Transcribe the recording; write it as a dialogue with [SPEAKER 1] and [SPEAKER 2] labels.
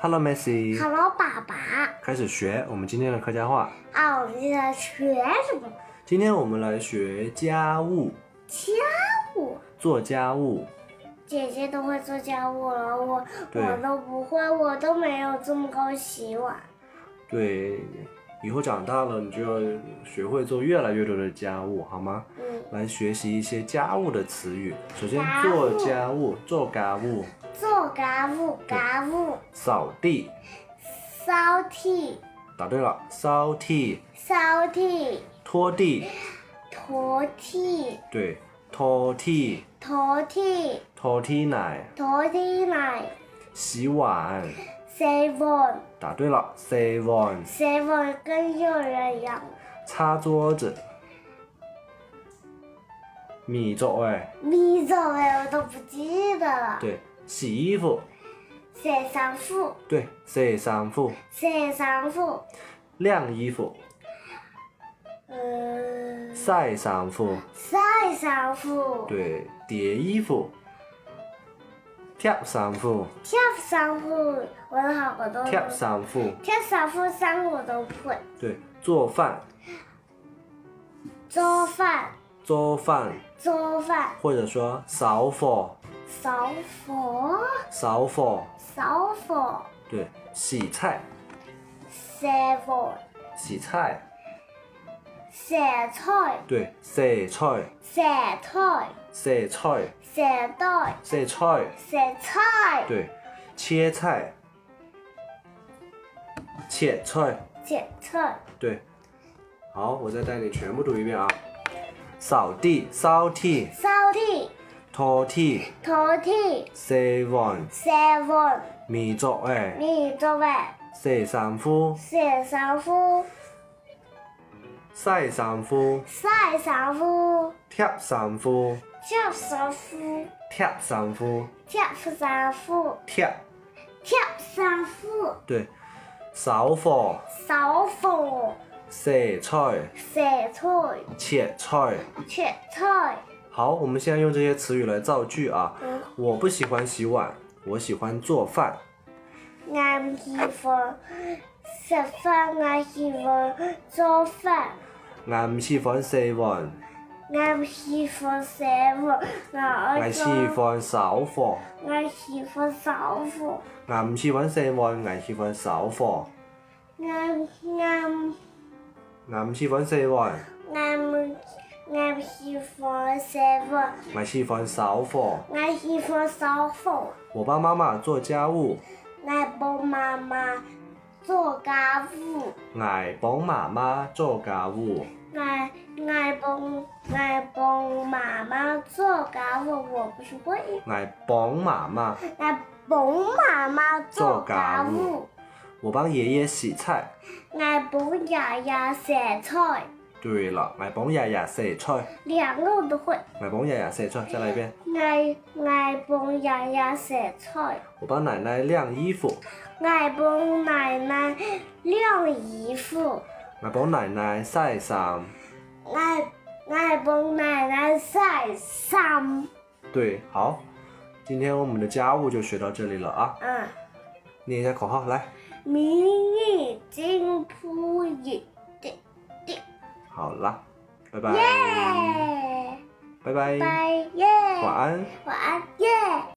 [SPEAKER 1] Hello, Messi。
[SPEAKER 2] Hello，爸爸。
[SPEAKER 1] 开始学我们今天的客家话。
[SPEAKER 2] 啊，我们现在学什么？
[SPEAKER 1] 今天我们来学家务，
[SPEAKER 2] 家务。
[SPEAKER 1] 做家务。
[SPEAKER 2] 姐姐都会做家务了，我
[SPEAKER 1] 对
[SPEAKER 2] 我都不会，我都没有这么高洗碗。
[SPEAKER 1] 对，以后长大了你就要学会做越来越多的家务，好吗？
[SPEAKER 2] 嗯，
[SPEAKER 1] 来学习一些家务的词语。首先，
[SPEAKER 2] 家务
[SPEAKER 1] 做家务，做家务，
[SPEAKER 2] 做家务，家务，
[SPEAKER 1] 扫地。
[SPEAKER 2] 扫地，
[SPEAKER 1] 答对了，扫地，
[SPEAKER 2] 扫地，
[SPEAKER 1] 拖地，
[SPEAKER 2] 拖地，
[SPEAKER 1] 对，拖地，
[SPEAKER 2] 拖地，
[SPEAKER 1] 拖地奶，
[SPEAKER 2] 拖地奶，
[SPEAKER 1] 洗碗。
[SPEAKER 2] 洗碗，
[SPEAKER 1] 答对了，洗碗，
[SPEAKER 2] 洗碗跟幼儿一样。
[SPEAKER 1] 擦桌子。米粥哎，
[SPEAKER 2] 你怎么我都不记得了？
[SPEAKER 1] 对，洗衣服，
[SPEAKER 2] 洗衫裤，
[SPEAKER 1] 对，洗衫服，
[SPEAKER 2] 洗衫裤，
[SPEAKER 1] 晾衣服，
[SPEAKER 2] 嗯，
[SPEAKER 1] 晒衫服，
[SPEAKER 2] 晒衫裤，
[SPEAKER 1] 对，叠衣服，贴衫服，
[SPEAKER 2] 跳衫裤，我的好我都
[SPEAKER 1] 贴衫服，
[SPEAKER 2] 跳衫裤三我都不会，
[SPEAKER 1] 对，做饭，
[SPEAKER 2] 做饭，
[SPEAKER 1] 做饭，
[SPEAKER 2] 做饭，
[SPEAKER 1] 或者说扫火，
[SPEAKER 2] 扫火，
[SPEAKER 1] 扫火，
[SPEAKER 2] 扫火，
[SPEAKER 1] 对，洗菜，
[SPEAKER 2] 洗碗，
[SPEAKER 1] 洗菜，
[SPEAKER 2] 洗菜，
[SPEAKER 1] 对，洗菜，
[SPEAKER 2] 洗菜，
[SPEAKER 1] 洗菜，
[SPEAKER 2] 洗袋，
[SPEAKER 1] 洗菜。
[SPEAKER 2] 洗菜，
[SPEAKER 1] 对，切菜，切菜，
[SPEAKER 2] 洗菜，
[SPEAKER 1] 对。好，我再带你全部读一遍啊。扫地、扫地、
[SPEAKER 2] 扫地，
[SPEAKER 1] 拖地、
[SPEAKER 2] 拖地，
[SPEAKER 1] 洗碗、
[SPEAKER 2] 洗碗，
[SPEAKER 1] 米粥哎、
[SPEAKER 2] 你做饭。
[SPEAKER 1] 洗衫裤、
[SPEAKER 2] 洗衫裤、
[SPEAKER 1] 晒衫裤、
[SPEAKER 2] 晒衫裤、
[SPEAKER 1] 贴衫裤、
[SPEAKER 2] 跳衫裤、
[SPEAKER 1] 贴衫裤、
[SPEAKER 2] 跳衫裤、
[SPEAKER 1] 贴，
[SPEAKER 2] 跳衫裤、
[SPEAKER 1] 对。扫火、
[SPEAKER 2] 扫火、
[SPEAKER 1] 洗菜、
[SPEAKER 2] 洗菜、
[SPEAKER 1] 切菜。
[SPEAKER 2] 切菜。
[SPEAKER 1] 好，我们现在用这些词语来造句啊。
[SPEAKER 2] 嗯，
[SPEAKER 1] 我不喜欢洗碗，我喜欢做饭。
[SPEAKER 2] 俺唔喜欢食饭，俺喜欢做饭。
[SPEAKER 1] 我唔喜欢洗碗，
[SPEAKER 2] 俺唔喜欢洗碗，俺
[SPEAKER 1] 我
[SPEAKER 2] 爱
[SPEAKER 1] 喜
[SPEAKER 2] 做。
[SPEAKER 1] 欢扫货。
[SPEAKER 2] 俺喜欢扫火。
[SPEAKER 1] 我唔喜欢洗碗，我喜欢扫货。
[SPEAKER 2] 俺俺
[SPEAKER 1] 我唔喜欢洗碗，
[SPEAKER 2] 俺俺喜欢洗碗。
[SPEAKER 1] 我喜欢扫货。
[SPEAKER 2] 俺喜欢扫火，
[SPEAKER 1] 我帮妈妈做家务，
[SPEAKER 2] 俺帮妈妈做家务，
[SPEAKER 1] 我帮妈妈做家务。
[SPEAKER 2] 俺俺帮俺帮妈妈做家务，我不是会，
[SPEAKER 1] 我帮妈妈，
[SPEAKER 2] 俺帮妈妈做家
[SPEAKER 1] 做
[SPEAKER 2] 务，
[SPEAKER 1] 我帮爷爷洗菜。
[SPEAKER 2] 俺帮爷爷洗菜，
[SPEAKER 1] 对了，我帮爷爷洗菜，
[SPEAKER 2] 两个我都会，
[SPEAKER 1] 我帮爷爷洗菜。再来一遍，
[SPEAKER 2] 俺俺帮爷爷洗菜，
[SPEAKER 1] 我帮奶奶晾衣服，
[SPEAKER 2] 俺帮奶奶晾衣服，
[SPEAKER 1] 我帮奶奶晒衫。
[SPEAKER 2] 俺俺帮奶奶晒衫，
[SPEAKER 1] 对，好，今天我们的家务就学到这里了啊。
[SPEAKER 2] 嗯。
[SPEAKER 1] 念一下口号来。
[SPEAKER 2] 明日金铺雨的
[SPEAKER 1] 好啦，拜拜，
[SPEAKER 2] 耶，
[SPEAKER 1] 拜拜，
[SPEAKER 2] 拜耶，
[SPEAKER 1] 晚安。
[SPEAKER 2] 晚安耶。